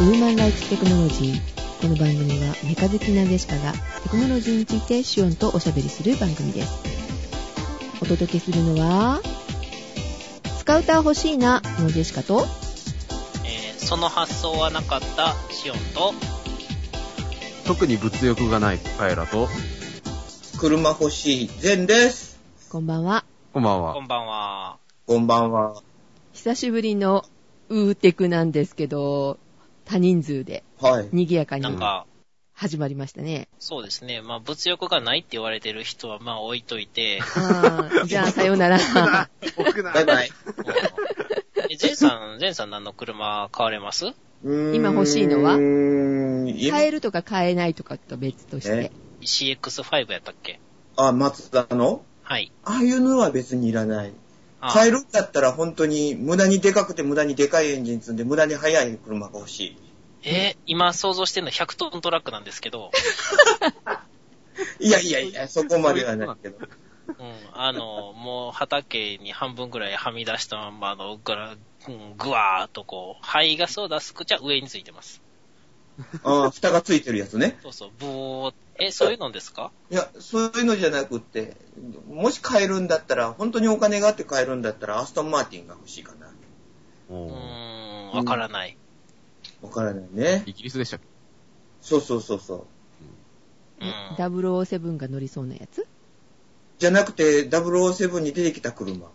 ウーマンライツテクノロジー。この番組はメカ好きなデシカがテクノロジーについてシオンとおしゃべりする番組です。お届けするのは、スカウター欲しいなのデシカと、えーその発想はなかったシオンと、特に物欲がないカエラと、車欲しい、ゼンです。こんばんは。こんばんはこ。んばんは。こんばんは。久しぶりのウーテクなんですけど、多人数ではい。賑やかになんか、始まりましたね。そうですね。まあ、物欲がないって言われてる人は、まあ、置いといて、あー じゃあ、さような ら。僕だバイバイ。もう え、ジェンさん、ジェンさん何の車買われます 今欲しいのはうーん、今買えるとか買えないとかと別として。 ?CX5 やったっけあ、松田のはい。ああいうのは別にいらない。あ買えるんだったら本当に無駄にでかくて無駄にでかいエンジン積んで無駄に速い車が欲しえー今想像してるの100トントラックなんですけど、い。いやいやいや、そこまではないけど。うん、あの、もう畑に半分ぐらいはみ出したまんま、あの、ぐら、うん、ぐわーっとこう、排ガスを出す口は上についてます。ああ、蓋がついてるやつね。そうそう、ブー、え、そういうのですかいや、そういうのじゃなくって、もし買えるんだったら、本当にお金があって買えるんだったら、アストンマーティンが欲しいかな。うーおーん、わからない。わからないね。イギリスでしたっけそうそうそうそう。うん007が乗りそうなやつじゃなくて、007に出てきた車。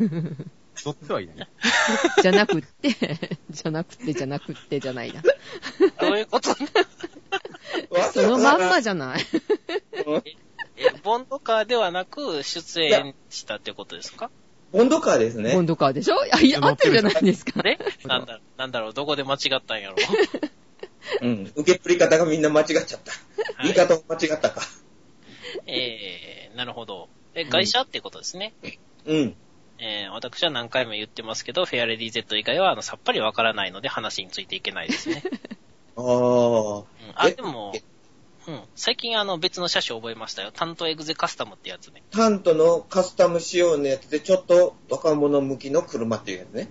乗ってはいない。じゃなくって、 じゃなくって、じゃなくって、じゃないな。どういうことそのまんまじゃない。えボンドカーではなく出演したってことですかボンドカーですボねン。ドカーでしょ いやいや、合ってるじゃないですかあ。れなんだ、なんだろう、どこで間違ったんやろうん。受け取り方がみんな間違っちゃった。は言いい。方を間違ったか。えー、なるほど。え、会社ってことですね。うん。えー、私は何回も言ってますけど、フェアレディ Z 以外は、あの、さっぱりわからないので話についていけないですね。ああ。うん、あ、えでも、うん、最近あの、別の車種覚えましたよ。担当エグゼカスタムってやつね。タントのカスタム仕様のやつで、ちょっと若者向きの車っていうやつね。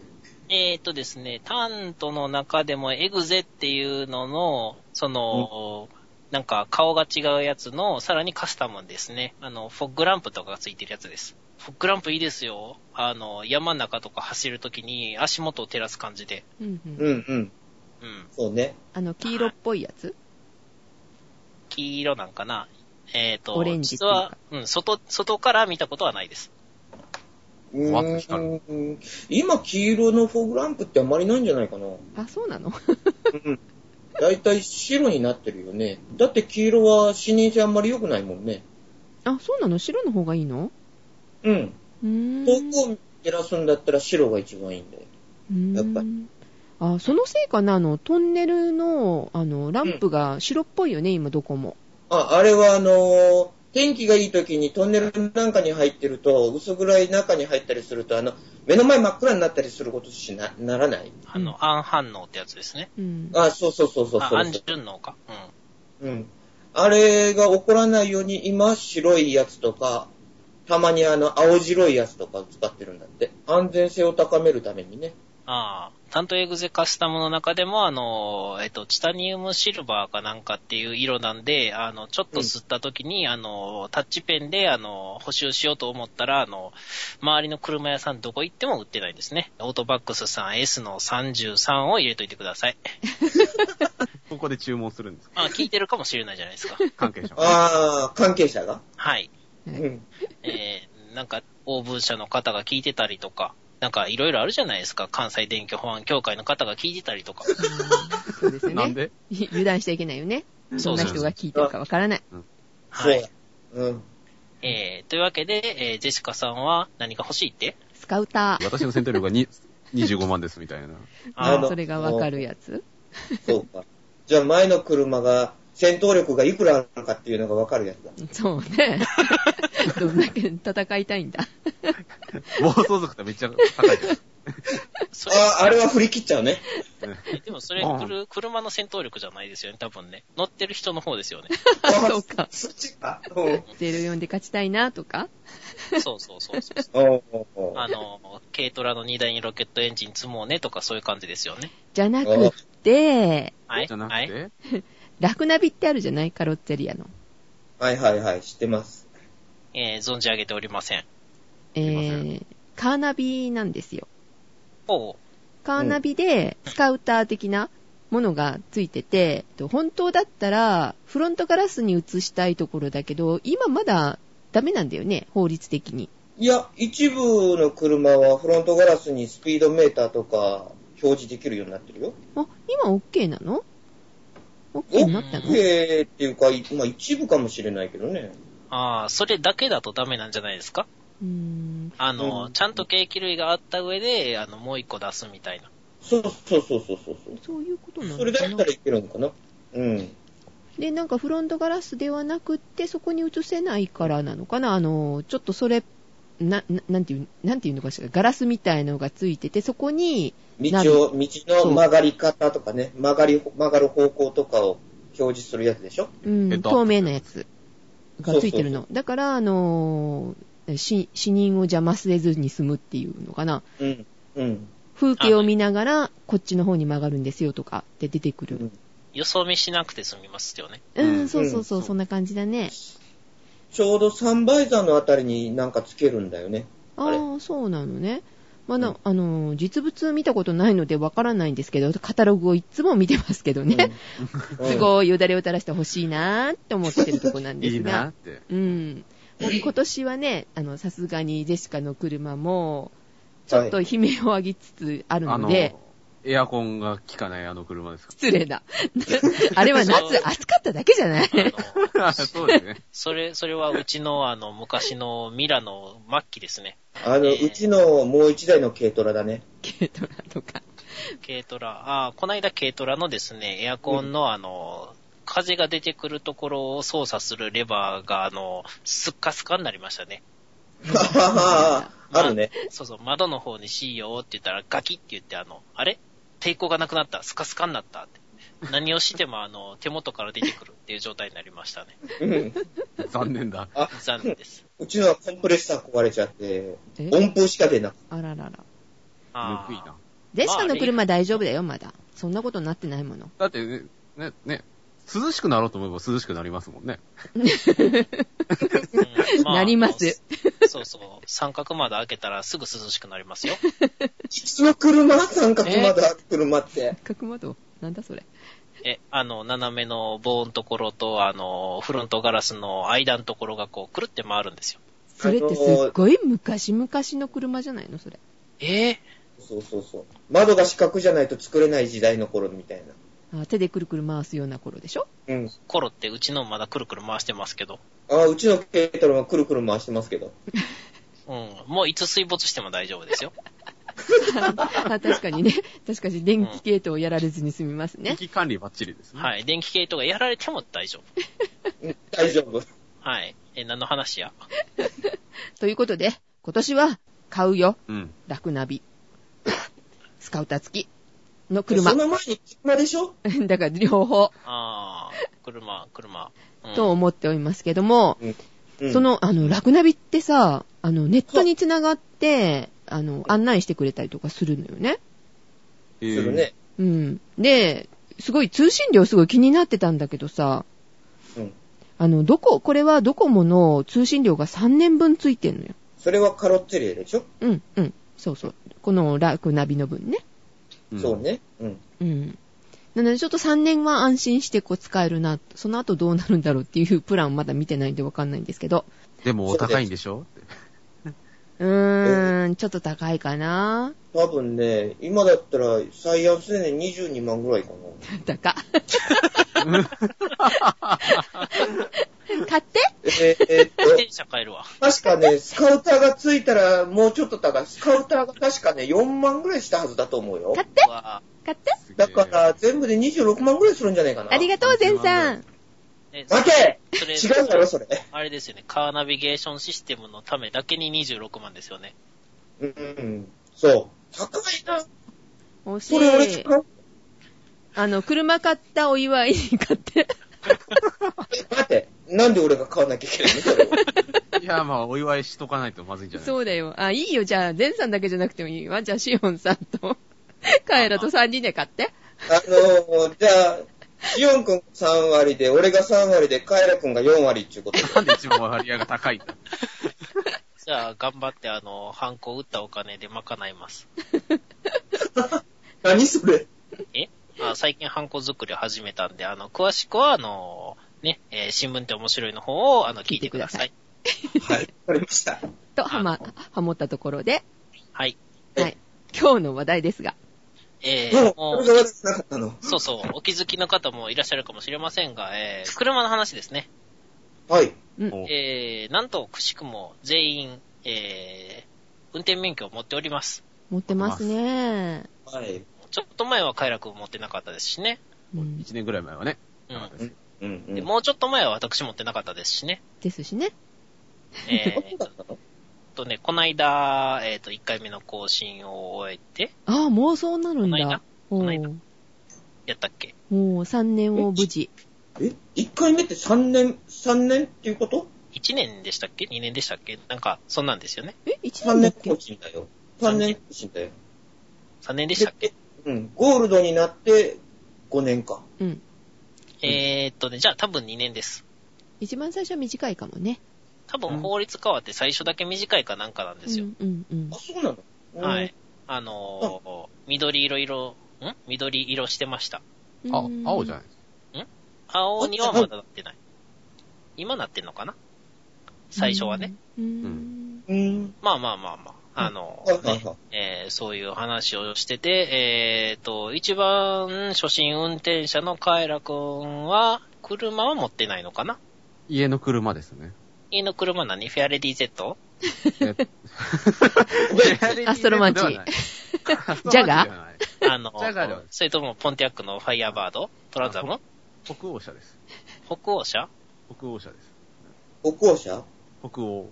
えー、とですね、タントの中でもエグゼっていうのの、その、なんか顔が違うやつの、さらにカスタムですね。あの、フォッグランプとかがついてるやつです。フォッグランプいいですよ。あの、山の中とか走るときに足元を照らす感じで。うんうんうんうん。うん。そうね。あの、黄色っぽいやつ黄色なんかな。えー、と、オレンジって実いうはか、うん、外、外から見たことはないです。うわっ光ーん。今、黄色のフォーグランプってあんまりないんじゃないかな。あ、そうなの うん。だいたい白になってるよね。だって黄色は視認性あんまり良くないもんね。あ、そうなの白の方がいいのうん。うーん。遠くを照らすんだったら白が一番いいんだよ。うーんやっぱりあ、そのせいかな、あの、トンネルの、あの、ランプが白っぽいよね、今どこも。あ、あれはあのー天気がいい時にトンネルなんかに入ってると、薄暗い中に入ったりすると、あの、目の前真っ暗になったりすることしな、ならないあの、アン反応ってやつですね。うん。あ、そうそうそうそうあ、そアうンそ順応か。うん。う。うん。あれが起こらないように今、白いやつとか、たまにあの、青白いやつとか使ってるんだって。安全性を高めるためにね。ああ、担当エグゼカスタムの中でも、あの、えっと、チタニウムシルバーかなんかっていう色なんで、あの、ちょっと吸った時に、あの、タッチペンで、あの、補修しようと思ったら、あの、周りの車屋さんどこ行っても売ってないんですね。オートバックスさん S の33を入れといてください。ここで注文するん ですかまあ、聞いてるかもしれないじゃないですか。関係者は。ああ、関係者が はい。うん。えー、なんか、オーブン社の方が聞いてたりとか、なんか、いろいろあるじゃないですか。関西電気保安協会の方が聞いてたりとか。うんそうですよね。なんでい 油断しちゃいけないよね。どそんうなそう人が聞いてるかわからない。そはういだ。。うん。えー、というわけで、えージェシカさんは何か欲しいってスカウター。私の戦闘力が に25万ですみたいな。ああのそれがわかるやつ。そうか。じゃあ前の車が、戦闘力がいくらあるのかっていうのがわかるやつだ。そうね。どんだけ戦いたいんだ。暴走族ってめっちゃ高いじゃん。それ、ああ、あれは振り切っちゃ うね。でもそれ、くる車の戦闘力じゃないですよね、多分ね。乗ってる人の方です よね。あそうか。そっちか。うん。 04で勝ちたいなとか。そうそうそうそう。おうおうおうあの、軽トラの荷台にロケットエンジン積もうねとかそういう感じですよね。じゃなくって、はい。じゃなくはい。て、ラクナビってあるじゃないカロッツェリアの。はいはいはい、知ってます。えー、存じ上げておりません。えいませんー、カーナビなんですよ。おう。カーナビでスカウター的なものがついてて、と本当だったらフロントガラスに映したいところだけど、今まだダメなんだよね、法律的に。いや、一部の車はフロントガラスにスピードメーターとか表示できるようになってるよ。あ、今 OK なの ?OK おになったのへーっていうか、いまあ一部かもしれないけどね。ああ、それだけだとダメなんじゃないですかうーん。あの、うんちゃんと景気類があった上で、あの、もう一個出すみたいな。そうそうそうそうそうそう。そういうことなのそれだかったならいけるのかなうん。で、なんかフロントガラスではなくって、そこに映せないからなのかなあの、ちょっとそれ、な、ななんていう、なんていうのかしら、ガラスみたいのがついてて、そこに、なる道を、道の曲がり方とかね、曲がり、曲がる方向とかを表示するやつでしょうんえっと透明なやつがついてるの。そだから、あのーし死人を邪魔せずに済むっていうのかな。うん。うん。風景を見ながら、こっちの方に曲がるんですよとかって出てくる。予想見しなくて済みます よね。う、うんんそうそうそう、うんそんな感じだね。ちょうどサンバイザーのあたりになんかつけるんだよね。ああれあ、そうなのね。まあうなんあのー実物見たことないのでわからないんですけど、カタログをいつも見てますけどね。うん。すい。ごいよだれを垂らしてほしいなーって思ってるとこなんですいいが。なって。うん。もう今年はね、あの、さすがにジェシカの車も、ちょっとは悲鳴を上げつつあるあのので、、エアコンが効かないあの車です失礼だ。 あれは夏暑かっただけじゃないあ の、かそうですね。それ、それはうちの、あの、昔のミラの末期ですね。あの、うちのもう一台の軽トラだね。軽トラとか。軽トラ、ああ、こないだ軽トラのですね、エアコンのあの、風が出てくるところを操作するレバーが、あの、スッカスカになりましたね。はははあるね。そうそう、窓の方にしいよって言ったらガキって言って、あの、あれ抵抗がなくなった、スカスカになったって。何をしても、あの、手元から出てくるっていう状態になりましたね。うん。 残念だ。あ、残念です。うちのはコンプレッサー壊れちゃって、え音符しか出なくて。あららら。あぬくいあな。。ジェシカの車大丈夫だよ、まだ。そんなことになってないもの。だってね、ね、ね、涼しくなろうと思えば涼しくなりますもんね。うんなります。あのそうそう。三角窓開けたらすぐ涼しくなりますよ。いつの車三角まだ車って。角窓なんだそれ。え、あの、斜めの棒のところと、あの、フロントガラスの間のところがこう、くるって回るんですよ。それってすっごい昔々の車じゃないのそれ。ええそうそうそう。窓が四角じゃないと作れない時代の頃みたいな。あ手でくるくる回すような頃でしょ うん。頃ってうちのまだくるくる回してますけど。あ、うちの軽トラはくるくる回してますけど。うん。もういつ水没しても大丈夫ですよ。あ確かにね。確かに電気系統をやられずに済みますね。息管理バッチリですね。い。はい。電気系統がやられても大丈夫。うん大丈夫。はい。え、何の話やということで、今年は買うよ。うん。ラクナビ。 スカウター付きの車そ。の前に車でしょ だから両方ああ、車、車。うんと思っておりますけども、うんそ、の、あの、ラクナビってさ、あの、ネットにつながって、あの、案内してくれたりとかするのよね。すするね。うん。で、すごい通信量すごい気になってたんだけどさ、うん。あの、どこ、これはドコモの通信量が3年分ついてんのよ。それはカロッツェリアでしょ、うん、うん。そうそう。このラクナビの分ね。そう。ね。うん。うん。なので、ちょっと3年は安心してこう使えるな。その後どうなるんだろうっていうプランまだ見てないんでわかんないんですけど。でもお高いんでしょうーん、ちょっと高いかな。多分ね、今だったら最安でね、22万ぐらいかな。 高。買ってえーえーっ自と、転車変えるわ。確かね、スカウターがついたらもうちょっと高い。スカウターが確かね、4万ぐらいしたはずだと思うよ買。ってうわ買ってだから、全部で26万ぐらいするんじゃないかな。ありがとう、ゼンさん。え待てそれ、違うだろ、それ。あれですよね。カーナビゲーションシステムのためだけに26万ですよね。うんうん。そう。高いな。惜それ俺しい。使う。あの、車買ったお祝いに買って。え待って。なんで俺が買わなきゃいけないのそ れを。いや、まあ、お祝いしとかないとまずいんじゃないそうだよ。あ、いいよ。じゃあ、ゼンさんだけじゃなくてもいいわ。じゃあ、シオンさんと、カエラと3人で買って。あのー、じゃあ、しおんくん3割で、俺が3割で、カエラくんが4割っていうことで。なんで一番割合が高いんだじゃあ、頑張って、あの、ハンコ打ったお金で賄います。何それえあ最近ハンコ作り始めたんで、あの、詳しくは、あの、ね、えー新聞って面白いの方を、あの、聞いてください。はい、わかりました。と、はま、ハモったところで、はい。はい。今日の話題ですが、えもーう、、もこうれ、が私なかったの。そうそう、お気づきの方もいらっしゃるかもしれませんが、えー車の話ですね。はい。おえーなんと、くしくも全員、えー運転免許を持っております。持ってますね。はい。ちょっと前は快楽持ってなかったですしね。うん、一年ぐらい前はね。うん。うん、うでん。もうちょっと前は私持ってなかったですしね。ですしね。え ーだったのとね、こないだ、えっ、と、1回目の更新を終えて、ああ、もうそうなるんこないだだ。おうこないだやったっけもう3年を無事。え ?1 回目って3年、3年っていうこと ?1 年でしたっけ ?2 年でしたっけなんか、そんなんですよね。え、1 ?3 年だ年っけ更新だよ。3年更新だよ。 3年でしたっけうん。ゴールドになって5年か。うん。えーっとね、じゃあ多分2年です。一番最初は短いかもね。多分法律変わって最初だけ短いかなんかなんですよ。うんうんあ、そうなのはい。。あのー緑色色、ん緑色してました。うん。あ、青じゃん。ない青にはまだなってない。今なってんのかな最初はね。うん。ううん。まあまあまあまあ。あのはいー、はいねはい。えーそういう話をしてて、えーっと、一番初心運転者のカエラくんは、車は持ってないのかな家の車ですね。家の車何フェアレディ Z? えアストロマンチではないジャガーあのジャガーではない、それともポンティアックのファイヤーバードトランザム北欧車です。北欧車北欧車です。歩行者北欧、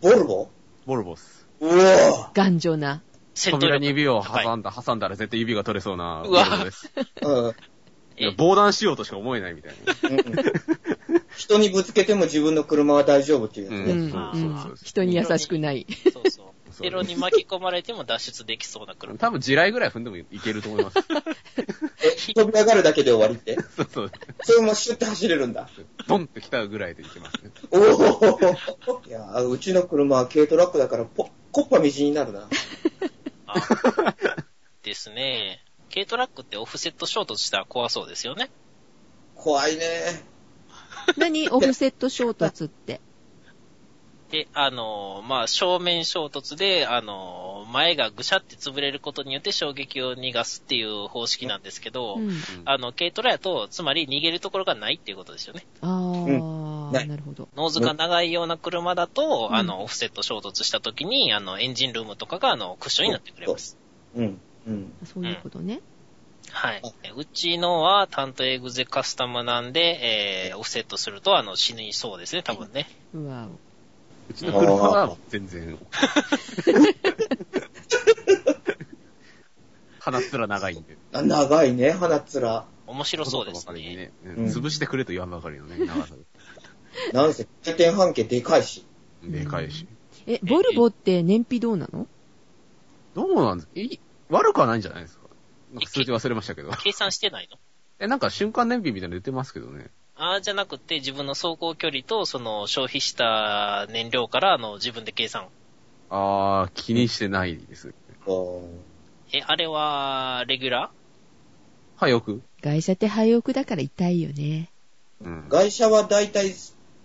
ボルボボルボス。うわ頑丈な。戦闘扉力に指を高い挟んだ、挟んだら絶対指が取れそうなうわボルボです。うん。いや防弾しようとしか思えないみたいな。うん人にぶつけても自分の車は大丈夫っていううやうつね。んうんそうそうんそう。人に優しくない。そう そう。テロに巻き込まれても脱出できそうな 車。多分地雷ぐらい踏んでもいけると思います。え、飛び上がるだけで終わりって。そうそう。それもシュッて走れるんだ。ドンって来たぐらいでいけますね。おおいやーうちの車は軽トラックだから、ポコッパみじんになるな。あですね。軽トラックってオフセット衝突したら怖そうですよね。怖いね 何オフセット衝突って。で、あのー、まあ、正面衝突で、あのー、前がぐしゃって潰れることによって衝撃を逃がすっていう方式なんですけど、うん。うんあの、軽トラやと、つまり逃げるところがないっていうことですよね。あなー、いなるほど。ノーズが長いような車だと、うんあの、オフセット衝突した時に、あの、エンジンルームとかが、あの、クッションになってくれます。うん。うん。そういうことね。はい。うちのは、担当エグゼカスタムなんで、えー、オフセットすると、あの、死にそうですね、多分ね。うわうちの車は全然。鼻っ面長いんで。あ長いね、鼻っ面。面白そうです届くばかりにね。ね。うん潰してくれと言わんばかりのね、長さなんせ、回転半径でかいし。で。でかいし。お。え、ボルボって燃費どうなのどうなんですい悪くはないんじゃないですか。なんか数字忘れましたけど。計算してないのえ、なんか瞬間燃費みたいなの出てますけどね。ああ、じゃなくて、自分の走行距離と、その、消費した燃料から、あの、自分で計算。あー、気にしてないです。こえ、あれは、レギュラはい、よく。外車って廃屋だから痛いよね。うんう。外車は大体、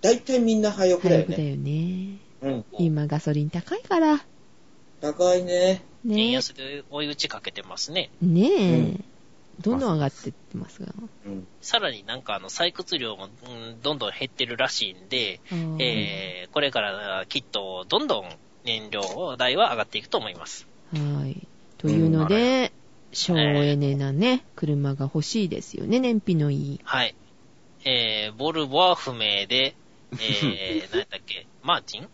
大体みんな早くだ廃よ屋だね。よね。うん。ー今ガソリン高いから。高いね。円ね安で追い打ちかけてますね。え。ねえ。うんどんどん上がってってますが。うん。さらになんかあの採掘量も、うんどんどん減ってるらしいんで、あーえー、これからきっとどんどん燃料代は上がっていくと思います。はい。というのうんあで、省エネなね、車が欲しいですよね、燃費のいい。はい。えー、ボルボは不明で、えー、何やったっ け、マーチン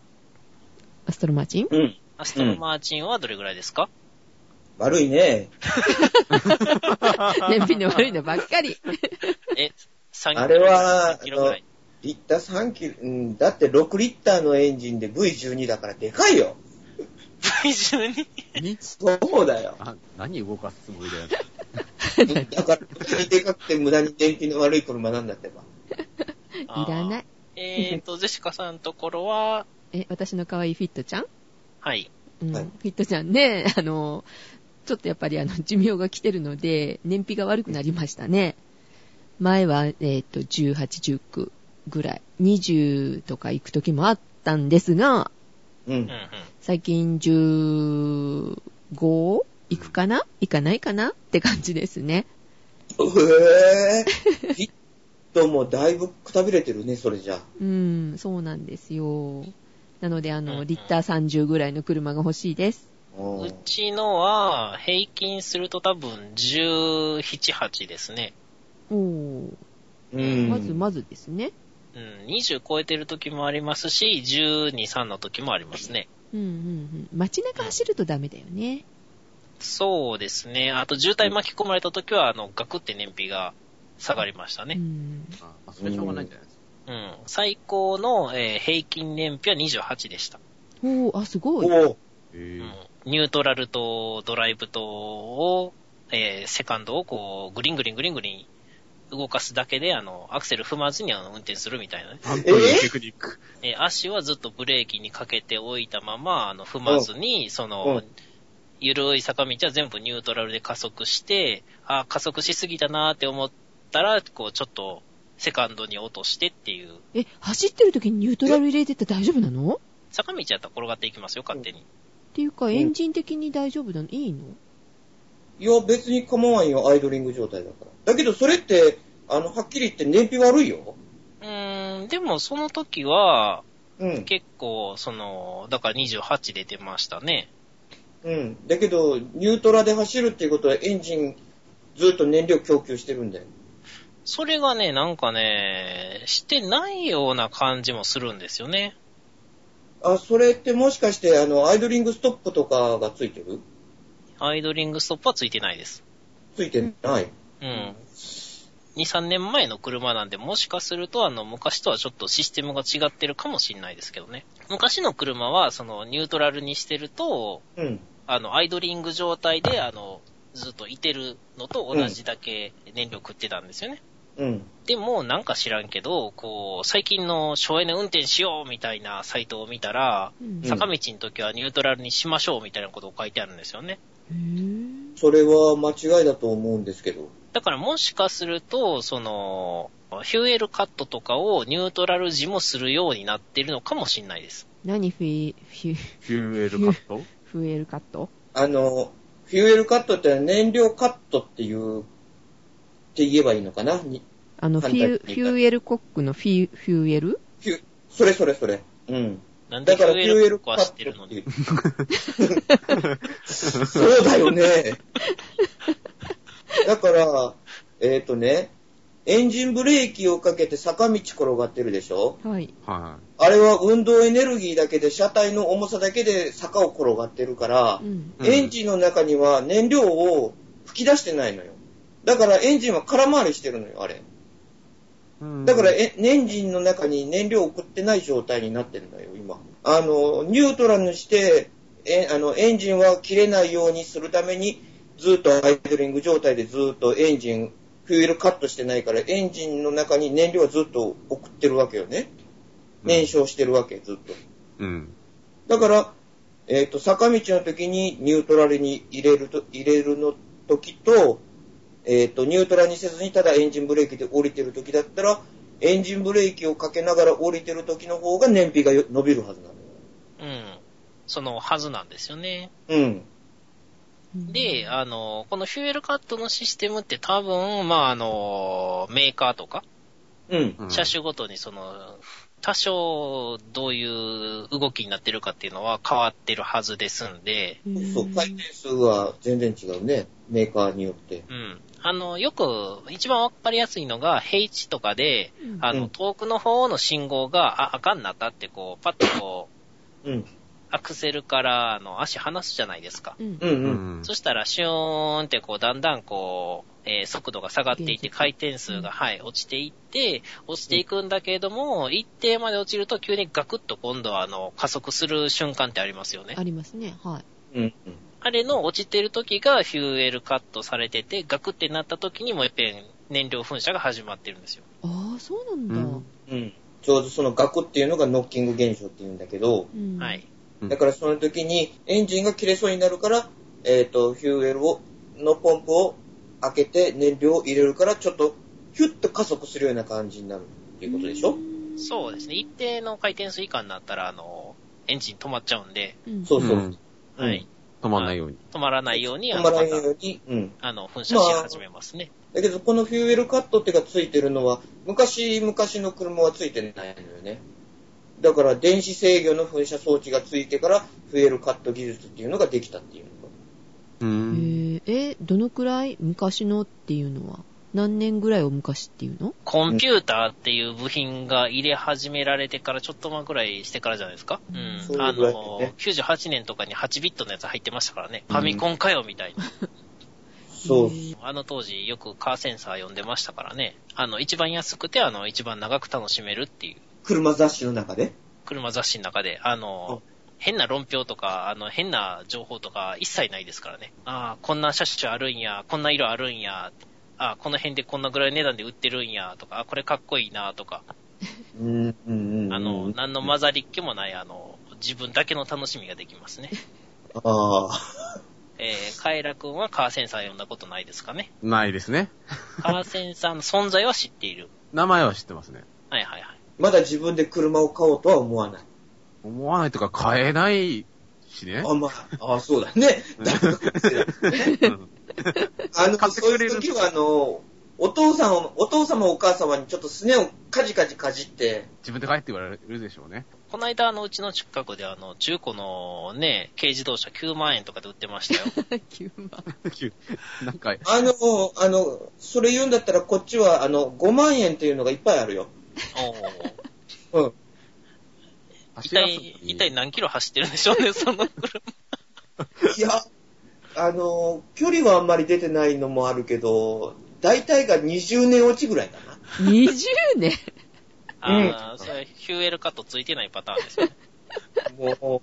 アストロマ チンうん。アストロマーチンはどれぐらいですか、悪いね。燃費の悪いのばっかり。え、3キロあれは3キロぐらい。リッター3キロ、うん、だって6リッターのエンジンで V12 だからでかいよ。 V12? にそうだよ。 あ、何動かすつもりだよ。だから、でかくて無駄に電気の悪い車なんだってば。いいらない。え ーと、ジェシカさんのところは、え、私の可愛いフィットちゃん、はい。うんはいフィットちゃんね、 あの、ちょっとやっぱりあの、 寿命が来てるので、燃費が悪くなりましたね。前は、えっ、と、18、19ぐらい、20とか行く時もあったんですが、ううんんう。ん。最近15行くかな行かないかなって感じですね。へぇー。ヒットもだいぶくたびれてるね、それじゃあ。うん、そうなんですよ。なので、あうんうの、んリッター30ぐらいの車が欲しいです。うんうちのは、平均すると多分17、8ですね。おー、うんまずまずですね。うん、20超えてる時もありますし、12、3の時もありますね。うんうんうん。街中走るとダメだよね。そうですね。あと、渋滞巻き込まれた時は、あの、ガクって燃費が下がりましたうね。ん。ああ、それはしょうがないんじゃないですか。うん。最高の、えー平均燃費は28でした。おー、あ、すごい。おへぉ。うえん。ニュートラルとドライブとを、えーセカンドをこう、グリングリングリングリン動かすだけで、あの、アクセル踏まずにあの運転するみたいなね。パンプのテクニック。えー足はずっとブレーキにかけておいたまま、あの、踏まずに、そうのん、ゆるい坂道は全部ニュートラルで加速して、あー、加速しすぎたなーって思ったら、こう、ちょっと、セカンドに落としてっていう。え、走ってる時にニュートラル入れてって大丈夫なの坂道やったら転がっていきますよ、勝手に。っていうか、エンジン的に大丈夫なのいいのいや、別に構わんよ、アイドリング状態だから。だけど、それって、あの、はっきり言って燃費悪いよ。うーん、でもその時は、うん。結構、その、だから28出てましたね。うん。だけど、ニュートラで走るっていうことはエンジン、ずっと燃料供給してるんだよ。それがね、なんかね、してないような感じもするんですよね。あ、それってもしかして、あの、アイドリングストップとかがついてるアイドリングストップはついてないです。ついてない。うん。2、3年前の車なんで、もしかすると、あの、昔とはちょっとシステムが違ってるかもしれないですけどね。昔の車は、その、ニュートラルにしてると、うん。あの、アイドリング状態で、あの、ずっといてるのと同じだけ燃料食ってたんですよね。うん。でも、なんか知らんけど、こう、最近の省エネ運転しようみたいなサイトを見たら、うん。坂道の時はニュートラルにしましょうみたいなことを書いてあるんですよね。へーそれは間違いだと思うんですけど。だからもしかすると、その、ヒューエルカットとかをニュートラル時もするようになってるのかもしれないです。何フィ、フィ、フューエルカットフエルカットあの、フューエルカットって燃料カットっていう、って言えばいいのかなにあの、フ反ィ対ュ、フューエルコックのフィ、フューエルフューそれそれそれ。うん。なんでだヒかュらーフエューエルルカッカトは知っットっててるのいにう。 そうだよね。だから、えっ、とね、エンジンブレーキをかけて坂道転がってるでしょはい。はあれは運動エネルギーだけで車体の重さだけで坂を転がってるからう、ん。うんエンジンの中には燃料を吹き出してないのよ。だからエンジンは空回りしてるのよ、あれ。い。だから、え、エンジンの中に燃料を送ってない状態になってるんだよ、今。あの、ニュートラルにして、え、あの、エンジンは切れないようにするために、ずっとアイドリング状態でずっとエンジン、フューエルカットしてないから、エンジンの中に燃料はずっと送ってるわけよね。燃焼してるわけ、ずっと。うん。だから、えっ、と、坂道の時にニュートラルに入れると、入れるの時と、えっ、と、ニュートラルにせずにただエンジンブレーキで降りてる時だったら、エンジンブレーキをかけながら降りてる時の方が燃費がよ伸びるはずなのよ。うん。そのはずなんですよね。うん。で、あの、このフューエルカットのシステムって多分、まあ、あの、メーカーとか、うん。うん車種ごとにその、多少どういう動きになってるかっていうのは変わってるはずですんで、うん、そう、回転数は全然違うね。メーカーによって。うん。あの、よく、一番わかりやすいのが、平地とかで、うんあうの、ん遠くの方の信号が、あ、赤になったってこう、パッとこう、うん。アクセルから、あの、足離すじゃないですか。うんう。うんうん。ん。そしたら、シューンってこう、だんだんこう、えー速度が下がっていって、減速回転数が、はい、落ちていって、落ちていくんだけれども、一定まで落ちると急にガクッと今度は、あの、加速する瞬間ってありますよねあ。りますね。はい。うん。あれの落ちてる時がフューエルカットされてて、ガクってなった時にもう一遍燃料噴射が始まってるんですよ。ああ、そうなんだ。うんうん。ちょうどそのガクっていうのがノッキング現象って言うんだけど、うんはい。。うんだからその時にエンジンが切れそうになるから、えっ、と、フューエルを、のポンプを開けて燃料を入れるから、ちょっと、ヒュッと加速するような感じになるっていうことでしょ、そうですね。一定の回転数以下になったら、あの、エンジン止まっちゃうんで、うん。そうそう。んはい。止まんないように。止まらないように、あ止の、ままらたない、ように。うん。あの、噴射し始めますね。だけど、このフューエルカットってがついてるのは、昔、昔の車はついてないのよね。だから、電子制御の噴射装置がついてから、フューエルカット技術っていうのができたっていうのか。うへん。ーえ、どのくらい昔のっていうのは何年ぐらいを昔っていうのコンピューターっていう部品が入れ始められてからちょっと前ぐらいしてからじゃないですか。う。そうんいあうぐらいですのね、 98年とかに8ビットのやつ入ってましたからね。うフんァミコンかよ、みたいな。そ うへ。ーあの当時よくカーセンサー呼んでましたからね。あの、一番安くて、あの、一番長く楽しめるっていう。車雑誌の中で車雑誌の中で、あの、変な論評とか、あの、変な情報とか一切ないですからね。ああ、こんな車種あるんや、こんな色あるんや、ああ、この辺でこんなぐらいの値段で売ってるんや、とか、あこれかっこいいな、とか、うん、うん、うん。あの、何の混ざりっ気もない、あの、自分だけの楽しみができます ね。ああ。えー、カエラ君はカーセンサー呼んだことないですかね。ないですね。カーセンサーの存在は知っている。名前は知ってますね。はいはいはい。まだ自分で車を買おうとは思わない。思わないとか買えないしね。あ、まあ、あそうだね。大学生だうんあの、買ってそうくいれうる時は、あの、お父さんを、お父様お母様にちょっとすねをカジカジかじって、自分で買えって言われるでしょうね。 この間、あの、うちの近くで、あの、中古のね、軽自動車9万円とかで売ってま したよ。 9万。なんか、あの、あの、それ言うんだったらこっちは、あの、5万円っていうのがいっぱいあるよ。おーうん。一走らすのに体、一体何キロ走ってるんでしょうね、そ の車。いや、あの、距離はあんまり出てないのもあるけど、大体が20年落ちぐらいかな。 20年ああ、それ、ヒューエルカットついてないパターンです よね。もう、こ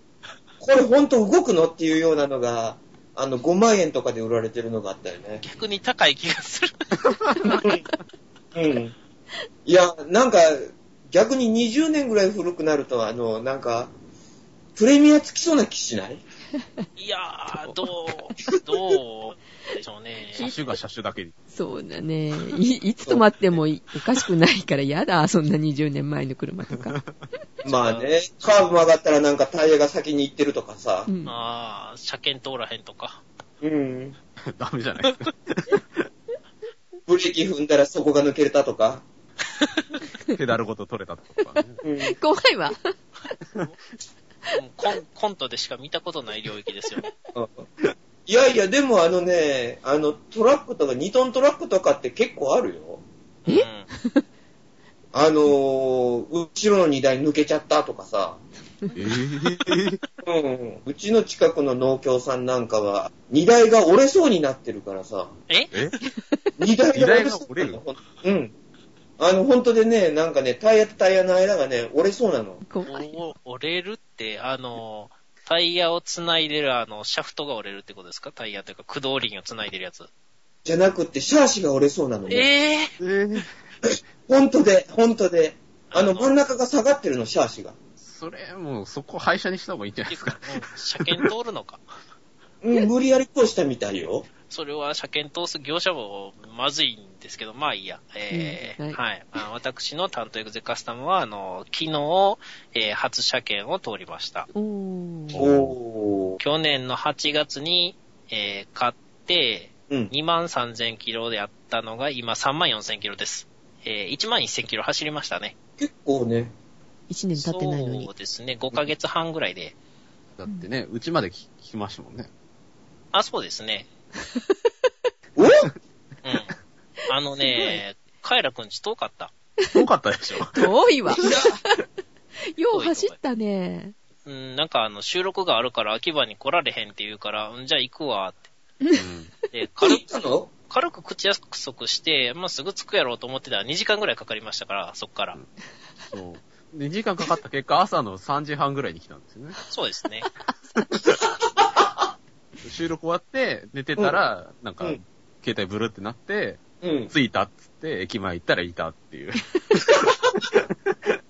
れほんと動くのっていうようなのが、あの、5万円とかで売られてるのがあったよね。逆に高い気が する。うん。いや、なんか、逆に20年ぐらい古くなると、あの、なんか、プレミアつきそうな気しないいやー、どう、どうでしょう ね。車種が車種だけに。 そうだね。い、いつ止まってもいおかしくないから嫌だ、そんな20年前の車とか。まあね、カーブ曲がったらなんかタイヤが先に行ってるとかさう。ん。ああ、車検通らへんとか。うん。ダメじゃ ないですか。ブレーキ踏んだらそこが抜けれたとか。ペダルごと取れたとかね。うん。怖いわ。もうコンコントでしか見たことない領域ですよね。いやいや、でもあのね、あの、トラックとか、2トントラックとかって結構あるよ。うん、あのー後ろの荷台抜けちゃったとかさ。えーうん。うちの近くの農協さんなんかは、荷台が折れそうになってるからさ。ええ荷台が折れそう荷台が折れるうん。あの、本当でね、なんかね、タイヤとタイヤの間がね、折れそうなの。怖い。お折れるって、あの、タイヤを繋いでる、あの、シャフトが折れるってことですかタイヤというか、駆動輪を繋いでるやつ。じゃなくって、シャーシが折れそうなのね。えええー本当で、本当で。ああの、の真ん中が下がってるの、シャーシが。それ、もう、そこ廃車にした方がいいんじゃないていでうすかか。、もう車検通るのか。うん、無理やり通したみたいよ。それは車検通す業者もまずいんですけど、まあいいや。えーうんはいはい。あの私の担当エグゼカスタムは、あの、昨日、えー初車検を通りました。おー。おー。去年の8月に、えー買って、うん。 2万3000キロであったのが、今3万4000キロです。えー1万1000キロ走りましたね。結構ね。 1年経ってないのにそう。ですね。5ヶ月半ぐらいで。だってね、うちまで聞聞きましたもんね。あ、そうですね。おうん。あの ね、カエラくんち遠かった。多かったで しょ。遠いわ。 よう走ったね。うん、なんかあの、収録があるから秋葉に来られへんって言うから、うん、じゃあ行くわって。うんで、 軽行っく、たの軽く口約束して、まあ、すぐ着くやろうと思ってたら2時間ぐらいかかりましたから、そっから。そう。で、時間かかった結果、朝の3時半ぐらいに来たんですよね。そうですね。収録終わって、寝てたら、なんか、うん携帯ブルってなって、うん。着いたっつって、駅前行ったらいたっていう。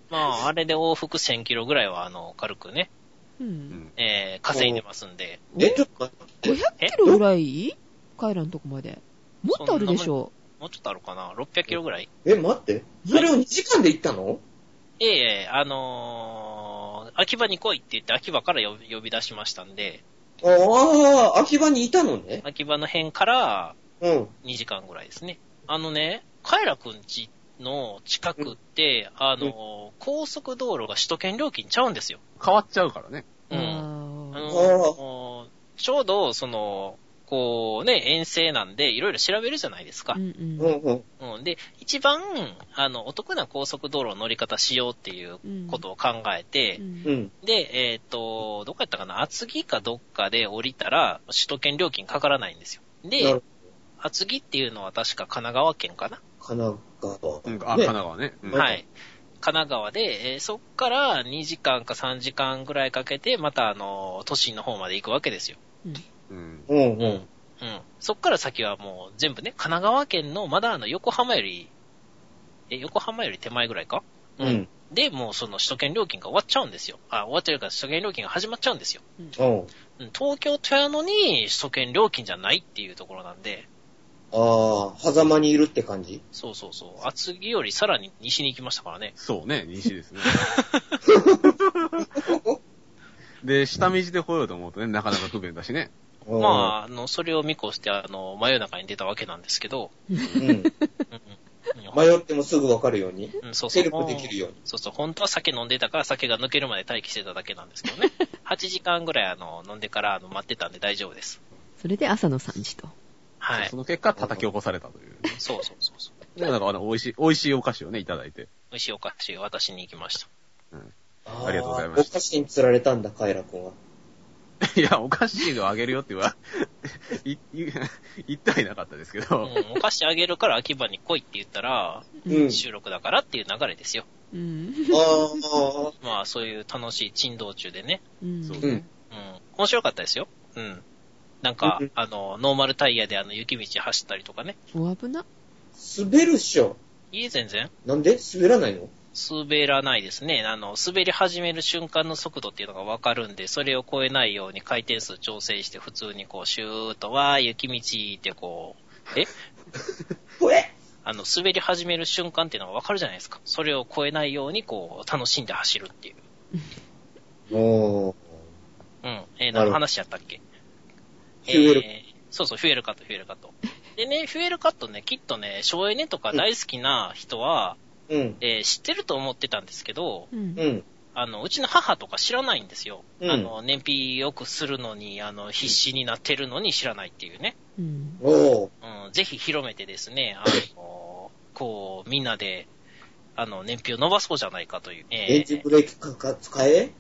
まあ、あれで往復1000キロぐらいは、あの、軽くね、うん。えー、稼いでますんで。え、ちょっと待って500キロぐらい帰らんとこまで。もっとあるでしょ。もうちょっとあるかな ?600 キロぐらいえ、待って。それを2時間で行ったのええええあのー、秋葉に来いって言って秋葉から呼び呼び出しましたんで、ああ、秋葉にいたのね。秋葉の辺からうん。 2時間ぐらいですね。あのね、カエラくんちの近くって、あのー、高速道路が首都圏料金ちゃうんですよ。変わっちゃうからね。うん。ああーのーちょうど、その、こうね、遠征なんで、いろいろ調べるじゃないですかう。んううんんうん。うん。で、一番、あの、お得な高速道路の乗り方しようっていううんことを考えてう、うんん。で、えっ、と、どこやったかな厚木かどっかで降りたら、首都圏料金かからないんですよ。なでる、厚木っていうのは確か神奈川県かな、神奈川。うん、あ、神ね奈川ね。うんはいはい。神奈川で、えーそっから2時間か3時間ぐらいかけて、またあの、都心の方まで行くわけですよ。うん。うんうん。うん。そっから先はもう全部ね、神奈川県の、まだあの、横浜より、え、横浜より手前ぐらいかうん。で、もうその首都圏料金が終わっちゃうんですよ。あ、終わってるから首都圏料金が始まっちゃうんですよ。うん。うん東京とやのに首都圏料金じゃないっていうところなんで、ああ、狭間にいるって感じそうそうそう、厚木よりさらに西に行きましたからね。そうね、西です ね。で、下道で来ようと思うとね、なかなか不便だしね。まあ、あの、それを見越して、あの、真夜中に出たわけなんですけど、あ。うん。うん迷ってもすぐわかるように。うん、そうそセうル。フできるように。そうそう、本当は酒飲んでたから酒が抜けるまで待機してただけなんですけ どね。8時間ぐらい、あの、飲んでから、あの、待ってたんで大丈夫です。それで朝の3時と。はいそ。の結果、叩き起こされたという、ね。そうそうそうそう。でもなんかあの、美味しい、美味しいお菓子をね、いただいて。美味しいお菓子渡しに行きました。あありがとうございましたお菓子に釣られたんだ、カイラ君は。 いや、お菓子をあげるよって言わ、 い、 い、言ってはいなかったですけうど、ん、お菓子あげるから秋葉に来いって言ったら、うん。収録だからっていう流れですよ。うん。ああ、まあ、そういう楽しい珍道中でね。うんそううん。うん。面白かったですよ。うん。なんかうんうん、あの、ノーマルタイヤであの、雪道走ったりとかね。お危な。滑るっしょ。いい、全然。なんで滑らないの滑らないですね。あの、滑り始める瞬間の速度っていうのがわかるんで、それを超えないように回転数調整して、普通にこう、シューッと、わー、雪道ってこう、えほえあの、滑り始める瞬間っていうのがわかるじゃないですか。それを超えないように、こう、楽しんで走るっていう。おー。うん。えー、なるほど何の話やったっけフュエルえーそうそう、フュエルカット、フュエルカット。でね、フュエルカットね、きっとね、省エネとか大好きな人は、うん。えー知ってると思ってたんですけど、うんう。ん。あの、うちの母とか知らないんですよ。うんあの、燃費良くするのに、あの、必死になってるのに知らないっていうね。うん。おー。うん、ぜひ広めてですね、あの、こう、みんなで、あの、燃費を伸ばそうじゃないかという。エンえジンー、ブレーキかか使え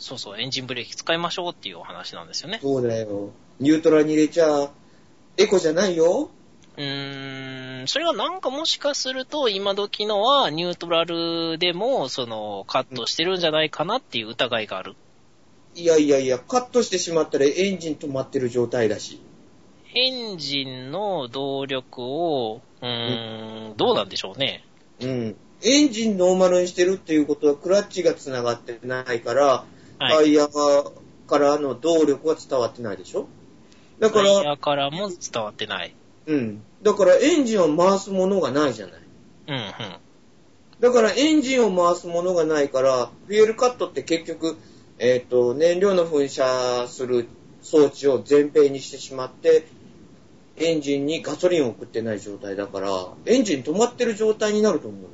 そうそう、エンジンブレーキ使いましょうっていうお話なんですよね。そうだよ。ニュートラルに入れちゃ、エコじゃないよ。うーん、それがなんかもしかすると、今時のはニュートラルでも、その、カットしてるんじゃないかなっていう疑いがある。いやいやいや、カットしてしまったらエンジン止まってる状態だし。エンジンの動力を、うーん、どうなんでしょうね。うん。エンジンノーマルにしてるっていうことは、クラッチが繋がってないから、はタい。イヤからの動力は伝わってないでしょだかタイら、ヤからも伝わってない。うん。だからエンジンを回すものがないじゃない。うん、うん。だからエンジンを回すものがないから、フュエルカットって結局、えっ、と、燃料の噴射する装置を前平にしてしまって、エンジンにガソリンを送ってない状態だから、エンジン止まってる状態になると思うのよ。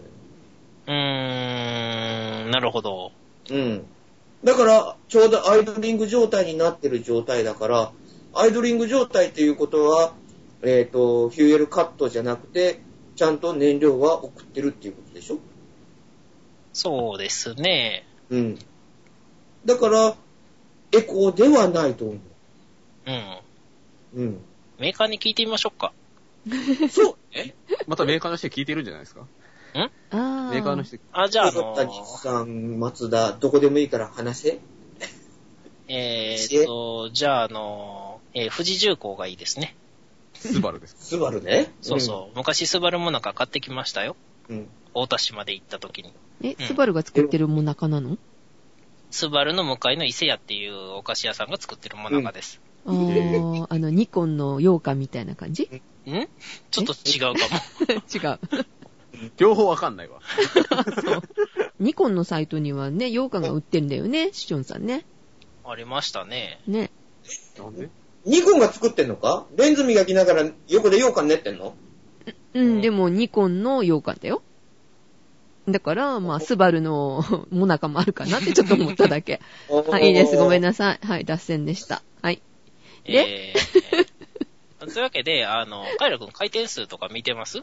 うーん、なるほど。うん。だから、ちょうどアイドリング状態になってる状態だから、アイドリング状態っていうことは、えっ、と、フューエルカットじゃなくて、ちゃんと燃料は送ってるっていうことでしょそうですね。うん。だから、エコーではないと思うん。う。うん。メーカーに聞いてみましょうか。そうまたメーカーの人に聞いてるんじゃないですかああ。メーカーの人、あ、じゃあ、だあっのた、日産、マツダ、どこでもいいから話せ。えーっと、じゃあ、あの、えー富士重工がいいですね。スバルです。 スバルね。そうそう。昔スバルもなんか買ってきましたよ。うん。うん。大田市まで行った時に。え、うんスバルが作ってるもなかなのスバルの向かいの伊勢屋っていうお菓子屋さんが作ってるもなかです。あー、あの、ニコンの羊羹みたいな感じんちょっと違うかも。 違う。両方わかんないわ。ニコンのサイトにはね、羊羹が売ってんだよね、シチョンさんね。ありましたね。ね。なんでニコンが作ってんのかレンズ磨きながら横で羊羹練ってんのうん、でもニコンの羊羹だよ。だから、まあ、スバルのモナカもあるかなってちょっと思っただ け。あ、いいです。ごめんななさい。はい、脱線でした。 はい。えでーというわけで、あの、カイラ君回転数とか見てますう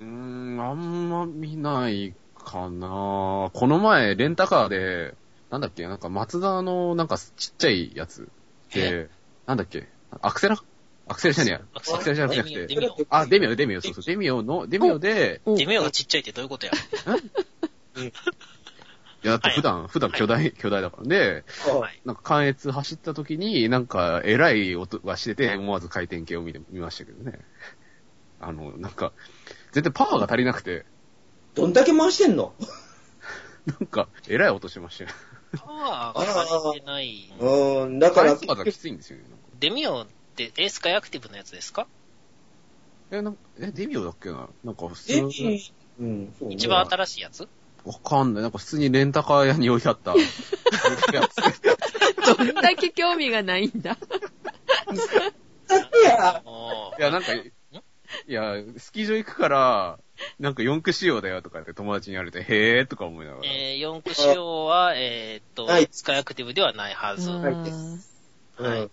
ーん、あんま見ないかなこの前、レンタカーで、なんだっけ、なんか、松田の、なんか、ちっちゃいやつで、なんだっけ、アクセラアクセラじゃねえや。アアクセラクセラじゃなデミくオデて。ミオ。あ、デミオ、デミオ、そうそう。デミオの、デミオで、おデメオがちっちゃいってどういうことやいや、だって普段、普段巨大、巨大だから。で、はいなんか関越走った時に、なんか、偉い音がしてて、思わず回転系を見て、見ましたけどね。あの、なんか、全然パワーが足りなくて、どんだけ回してんの。なんか、偉い音しましたよ。パワーが足りてないうーん、だから関越、とかがきついんですよね。なんかデミオって、え、スカイアクティブのやつですかえ、なんか、え、デミオだっけななんか、普デ通に、ミ、うん、そうね一番新しいやつわかんない。なんか、普通にレンタカー屋に置いてあった。どんだけ興味がないんだ。だってや、おーいや、なんか、いや、スキー場行くから、なんか四駆仕様だよとかって友達に言われて、へーとか思いながら。えー、4区仕様は、えーっと、はいスカイアクティブではないはず。あ普ーうん、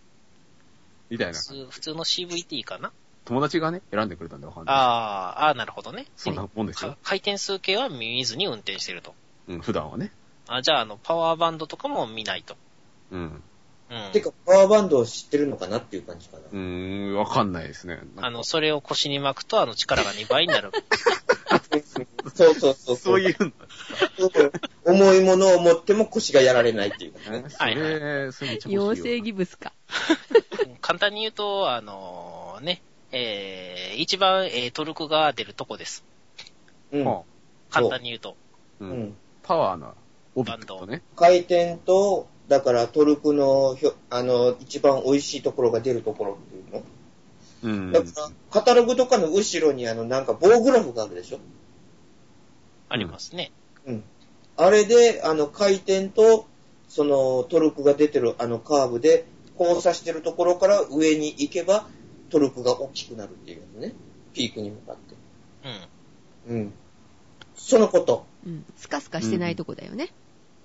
みたいな。通普通の CVT かな友達がね、選んでくれたんでわかんない。あー、あーなるほどね。そんなもんですかよ。回転数系は見ずに運転してると。うん、普段はね。あ、じゃあ、あの、パワーバンドとかも見ないと。うん。うんて。か、パワーバンドを知ってるのかなっていう感じかな。うーん、わかんないですね。あの、それを腰に巻くと、あの、力が2倍になる。そうそうそう。そういうの。重いものを持っても腰がやられないっていうかね。それ、それめっちゃ欲妖し精いよ。ギブスか。簡単に言うと、あのね、えー、一番、えー、トルクが出るとこです。うん。は簡単に言うと。あう。うんん。パワーな、帯とね。回転と、だからトルクのひょ、あの、一番美味しいところが出るところっていうの。うん。だから、カタログとかの後ろにあの、なんか棒グラフがあるでしょありますね。うん。あれで、あの、回転と、その、トルクが出てるあのカーブで、交差してるところから上に行けば、トルクが大きくなるっていうやつね。ピークに向かって。うん。うん。そのこと。うん。スカスカしてないとこだよね。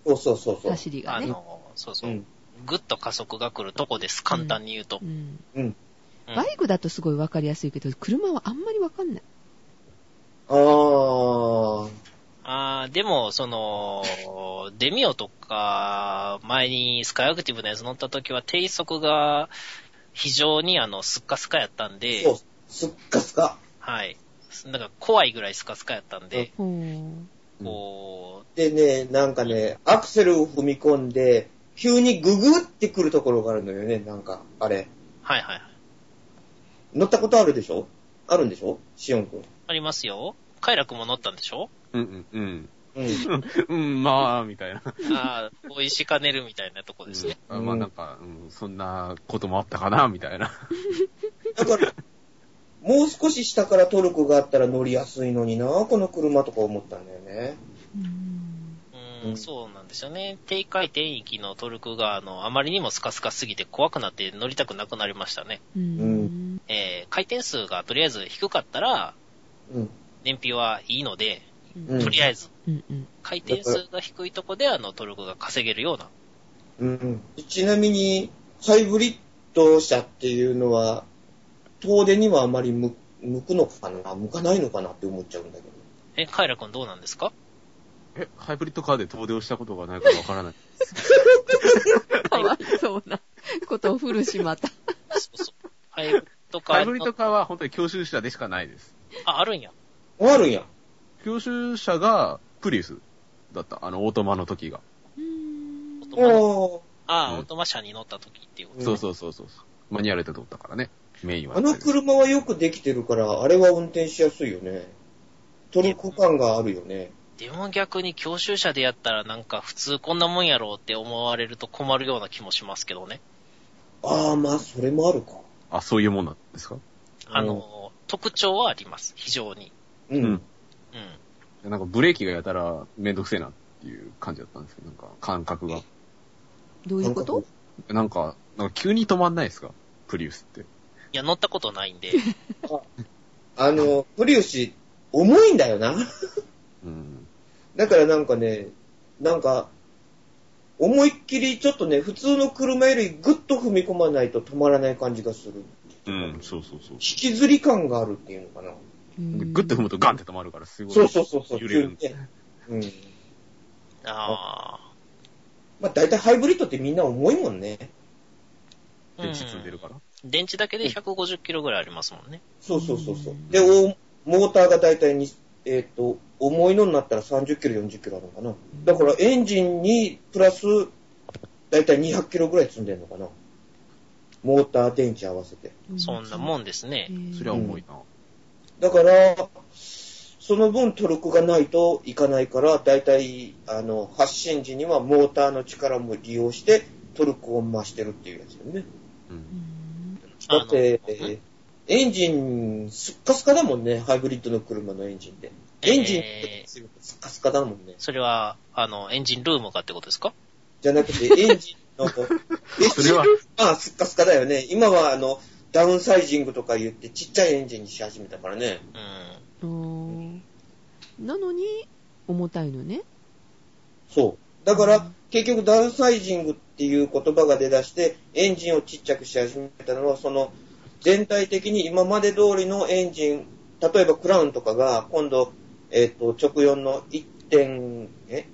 そうそうそうそう。走りがあね。のそううそう。ん。ぐっと加速が来るとこです。簡単に言うとう。ん。うん。うんバイクだとすごいわかりやすいけど、車はあんまりわかんない。あー。あー、でも、その、デミオとか、前にスカイアクティブのやつ乗った時は、低速が非常にあの、スッカスカやったんで、そう。すっかすか。はい。なんか怖いぐらいスカスカやったんで、ほー。こでね、なんかね、アクセルを踏み込んで、急にググってくるところがあるのよね、なんか、あれ。う、はいはい。乗ったことあるでしょあるんでしょシオンくん。ありますよ。快楽も乗ったんでしょうんうんうん。うん。うん、まあ、みたいな。ああ、美味しかねるみたいなとこですね。あまあなんか、うんそんなこともあったかな、みたいな。だから、 もう少し下からトルクがあったら乗りやすいのにな、この車とか思ったんだよね。うんうーん、そうなんですよね。低回転域のトルクが、あの、あまりにもスカスカすぎて怖くなって乗りたくなくなりましたね。うん。えー、回転数がとりあえず低かったら、うん。燃費はいいので、ううんんとりあえず、うんうん。回転数が低いとこで、あの、トルクが稼げるような。うん。ちなみに、ハイブリッド車っていうのは、遠出にはあまり向向くのかな向かないのかなって思っちゃうんだけど。え、カイラ君どうなんですかえ、ハイブリッドカーで遠出をしたことがないからわ からない。かわいそうなことを振るしまた。そうそう。ハイブリッド カハイブリーッドの、カーは本当に教習車でしかないです。あ、あるんや。終わるんや。教習車がプリウスだった。あの、オートマの時が。オートマおー。ああ、うんオートマ車に乗った時っていうこと。うんそうそうそうそう。マニュアルで撮ったからね。メインはあの車はよくできてるから、あれは運転しやすいよね。トルコ感があるよね。でも逆に教習車でやったらなんか普通こんなもんやろうって思われると困るような気もしますけどね。ああ、まあ、それもあるか。あ、そういうもんなんですかあの、特徴はあります、非常に。う。。うんうん。なんかブレーキがやたらめんどくせえなっていう感じだったんですけど、なんか感覚が。どういうことなんか、なんか急に止まんないですかプリウスって。いや、乗ったことないんで。あの、プリウス、重いんだよな。 うん。だからなんかね、なんか、思いっきりちょっとね、普通の車よりぐっと踏み込まないと止まらない感じがする。うん、そうそうそう引。きずり感があるっていうのかな。でグッと踏むとガンって止まるから、すごい。そうそうそうそう。揺れるんで急にねうん。あまあ大体ハイブリッドってみんな重いもんね。あ。電池積んでるから。うん電池だけで150キロぐらいありますもんね。そうそうそうそう。で、おモーターが大体に、えっ、と、重いのになったら30キロ、40キロあるのかな。だからエンジンにプラス、大体200キロぐらい積んでるのかな。モーター、電池合わせて。そんなもんですね。んそりゃ重いな。だから、その分トルクがないといかないから、大体、あの、発進時にはモーターの力も利用して、トルクを増してるっていうやつよね。うん。あだのって、えーエンジン、すっかすかだもんね、ハイブリッドの車のエンジンって。エンジンえーすっかすかだもんね。それは、あの、エンジンルームかってことですかじゃなくて、エンジンの、 エンそジれンは、まあ、すっかすかだよね。今は、あの、ダウンサイジングとか言って、ちっちゃいエンジンにし始めたからね。うん。うんなのに、重たいのね。そう。だかうらん、結局ダウンサイジングっていう言葉が出だして、エンジンをちっちゃくし始めたのは、その、全体的に今まで通りのエンジン、例えばクラウンとかが、今度、えっ、と、直4の1点、え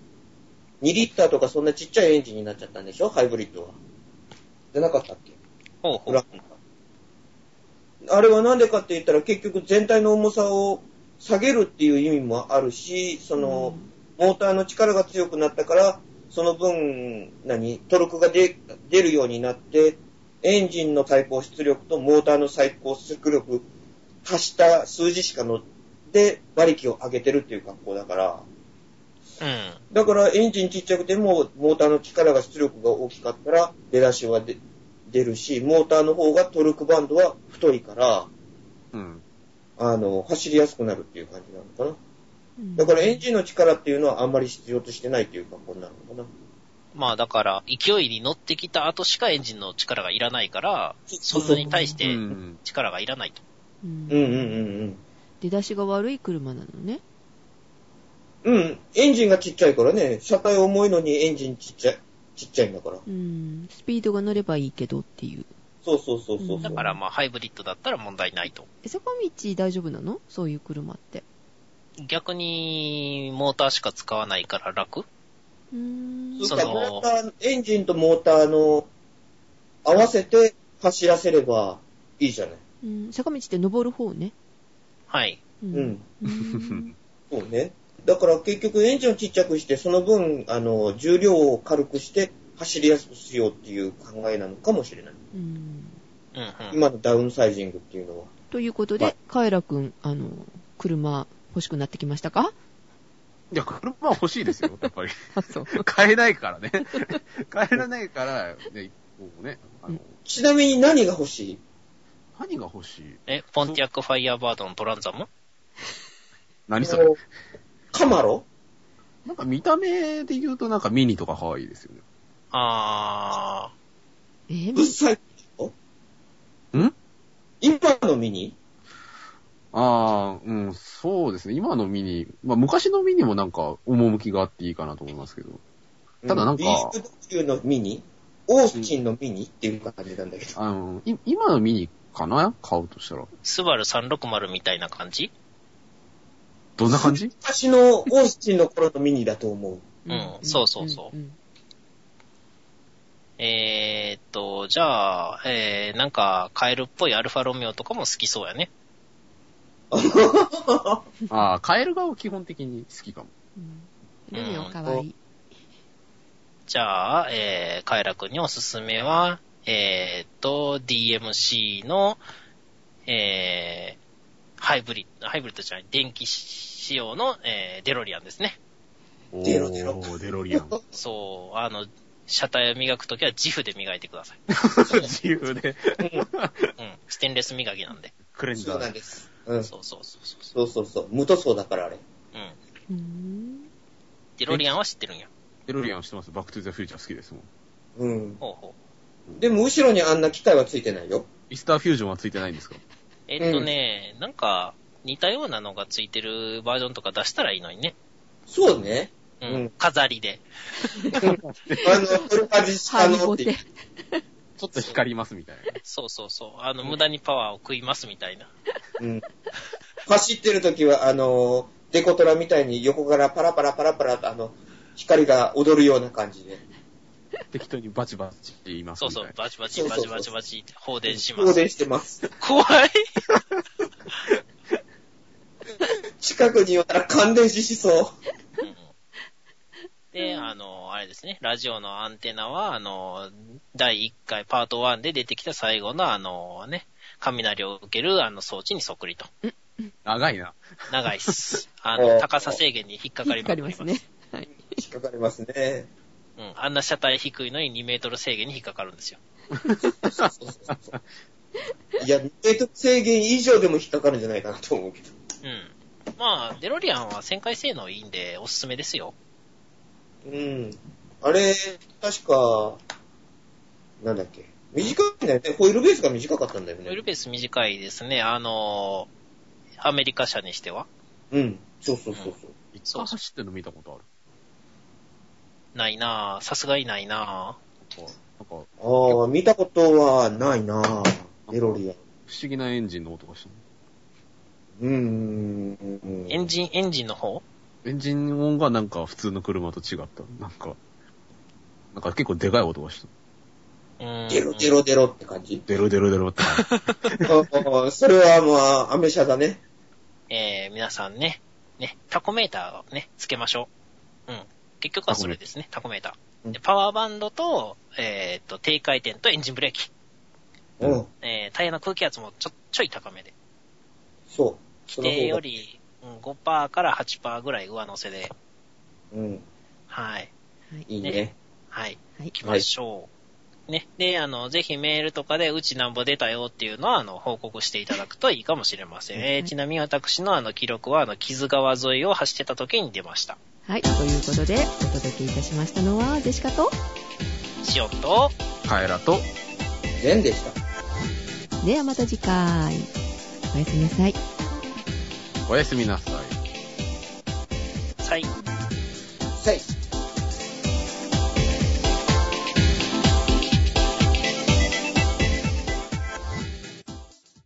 ?2 リッターとかそんなちっちゃいエンジンになっちゃったんでしょハイブリッドは。じゃなかったっけほうほクうラ。ウンがあれはなんでかって言ったら、結局全体の重さを下げるっていう意味もあるし、その、モーターの力が強くなったから、その分、何、トルクが出出るようになって、エンジンの最高出力とモーターの最高出力、足した数字しか乗って、馬力を上げてるっていう格好だから、うん。だからエンジンちっちゃくても、モーターの力が出力が大きかったら、出だしは出出るし、モーターの方がトルクバンドは太いから、うん。あの、走りやすくなるっていう感じなのかな。うんだからエンジンの力っていうのはあんまり必要としてないっていう格好になるのかな。まあだから、勢いに乗ってきた後しかエンジンの力がいらないから、そそうんなに対しうてん。力がいらないと。うんうんうんうん出だしが悪い車なのね。うん。うん、エンジンがちっちゃいからね、車体重いのにエンジンちっちゃい、ちっちゃいんだから。うんスピードが乗ればいいけどっていう。そうそうそうそうそう。だからまあハイブリッドだったら問題ないと。え、坂道大丈夫なのそういう車って。逆に、モーターしか使わないから楽うーん。そそうか、のモーター、エンジンとモーターの合わせて走らせればいいじゃない。うん坂道って登る方ね。はい。ううん。うーんそうね。だから結局エンジンをちっちゃくして、その分、あの、重量を軽くして走りやすくしようっていう考えなのかもしれない。うんうんうん。今のダウンサイジングっていうのは。ということはで、カエラくん、あの、車欲しくなってきましたかいや、車は欲しいですよ、やっぱり。 あ、そう。買えないからね。 買えらないから、ね、こうね、あの、ちなみに何が欲しい何が欲しいえ、ポンティアックファイヤーバードのトランザム何それあのカマロなんか見た目で言うとなんかミニとか可愛いですよね。あえーうっみさい。ん今のミニああ、うん、そうですね。今のミニ、まあ昔のミニもなんか趣があっていいかなと思いますけど。ただなんか BMW のミニオースチンのミニっていう感じなんだけど。あの、い今のミニかな買うとしたら。ー、スバル360みたいな感じどんな感じ昔のオースチンの頃のミニだと思う。うんそうそうそうんえーっと、じゃあ、えー、なんか、カエルっぽいアルファロメオとかも好きそうやね。 ああ、カエルが基本的に好きかも。うんうんロメオかわいい。じゃあ、えー、カエラくんにおすすめは、えーっと、DMC の、えー、ハイブリッド、ハイブリッドじゃない、電気仕様の、えーデロリアンですね。お デロデロー、デロリアン。そう、あの、車体を磨くときはジフで磨いてください。 自由で、うん。ステンレス磨きなんで。クレンそザうなんー。です。うん。そそうそうそうそうそうそう。無塗装だからあれ。う。うーうん。ん。デロリアンは知ってるんや。デロリアンしてます。バックトゥザフューチャー好きですもん。うん。ほうほう。でも後ろにあんな機械はついてないよ。イスターフュージョンはついてないんですかえっとね、なんか、似たようなのがついてるバージョンとか出したらいいのにね。そうね。うん。うん飾りで。あの、トルカジハ下リのボってテいう。。ちょっと光りますみたいな。そうそうそう。あの、無駄にパワーを食いますみたいな。うん。走ってる時は、あの、デコトラみたいに横からパラパラパラパラと、あの、光が踊るような感じで。適当にバチバチって言いますそうみたそいうな。、バチバチ、バチバチバチって放電しま放す。電してます。怖い近くに寄ったら感電死しそう。うんで、あの、あれですね、ラジオのアンテナは、あの、第1回パート1で出てきた最後の、あのね、雷を受けるあの装置にそっくりと。長いな。長い っす。あおの、ー高さ制限に引っかか引っりまかりくりまますすね。はい。引っかかりますね。うん。あんな車体低いのに2メートル制限に引っかかるんですよ。そうそうそうそういや、えっと、制限以上でも引っかかるんじゃないかなと思うけど。うん。まあ、デロリアンは旋回性能いいんで、おすすめですよ。うん。あれ、確か、なんだっけ。短いんだよね。ホイールベースが短かったんだよウェルね。ベース短いですね。あの、アメリカ車にしては。うん。そうそうそうそう。一回走ってるの見たことある。ないなぁ。さすがにないなぁ。なんか、なんか不ああ、見たことはないなぁ。デロリアン。思議なエンジンの音がしたのうーん。エンジン、エンジンの方エンジン音がなんか普通の車と違った。なんか、なんか結構でかい音がした。。うーん。デロデロデロって感じデロデロデロって。あーそれはまあ、アメ車だね。えー、皆さんね、ね、タコメーターをね、つけましょう。うん。結局はそれですね、タコメーター。うんでパワーバンドと、えーっと、低回転とエンジンブレーキ。うんうん。えー、タイヤの空気圧もちょ、ちょい高めで。そう。そ規の定方よが。り、うん、5%から8%ぐらい上乗せで、うん。はい。いいねね。はい。はい行きましょう。ね。で、あの、ぜひメールとかで、うちなんぼ出たよっていうのは、あの、報告していただくといいかもしれません。えーちなみに私のあの、記録は、あの、木津川沿いを走ってた時に出ました。はい。ということで、お届けいたしましたのは、ジェシカと、塩と、カエラと、全でした。ではまた次回。おやすみなさい。おやすみなさい。さいはい。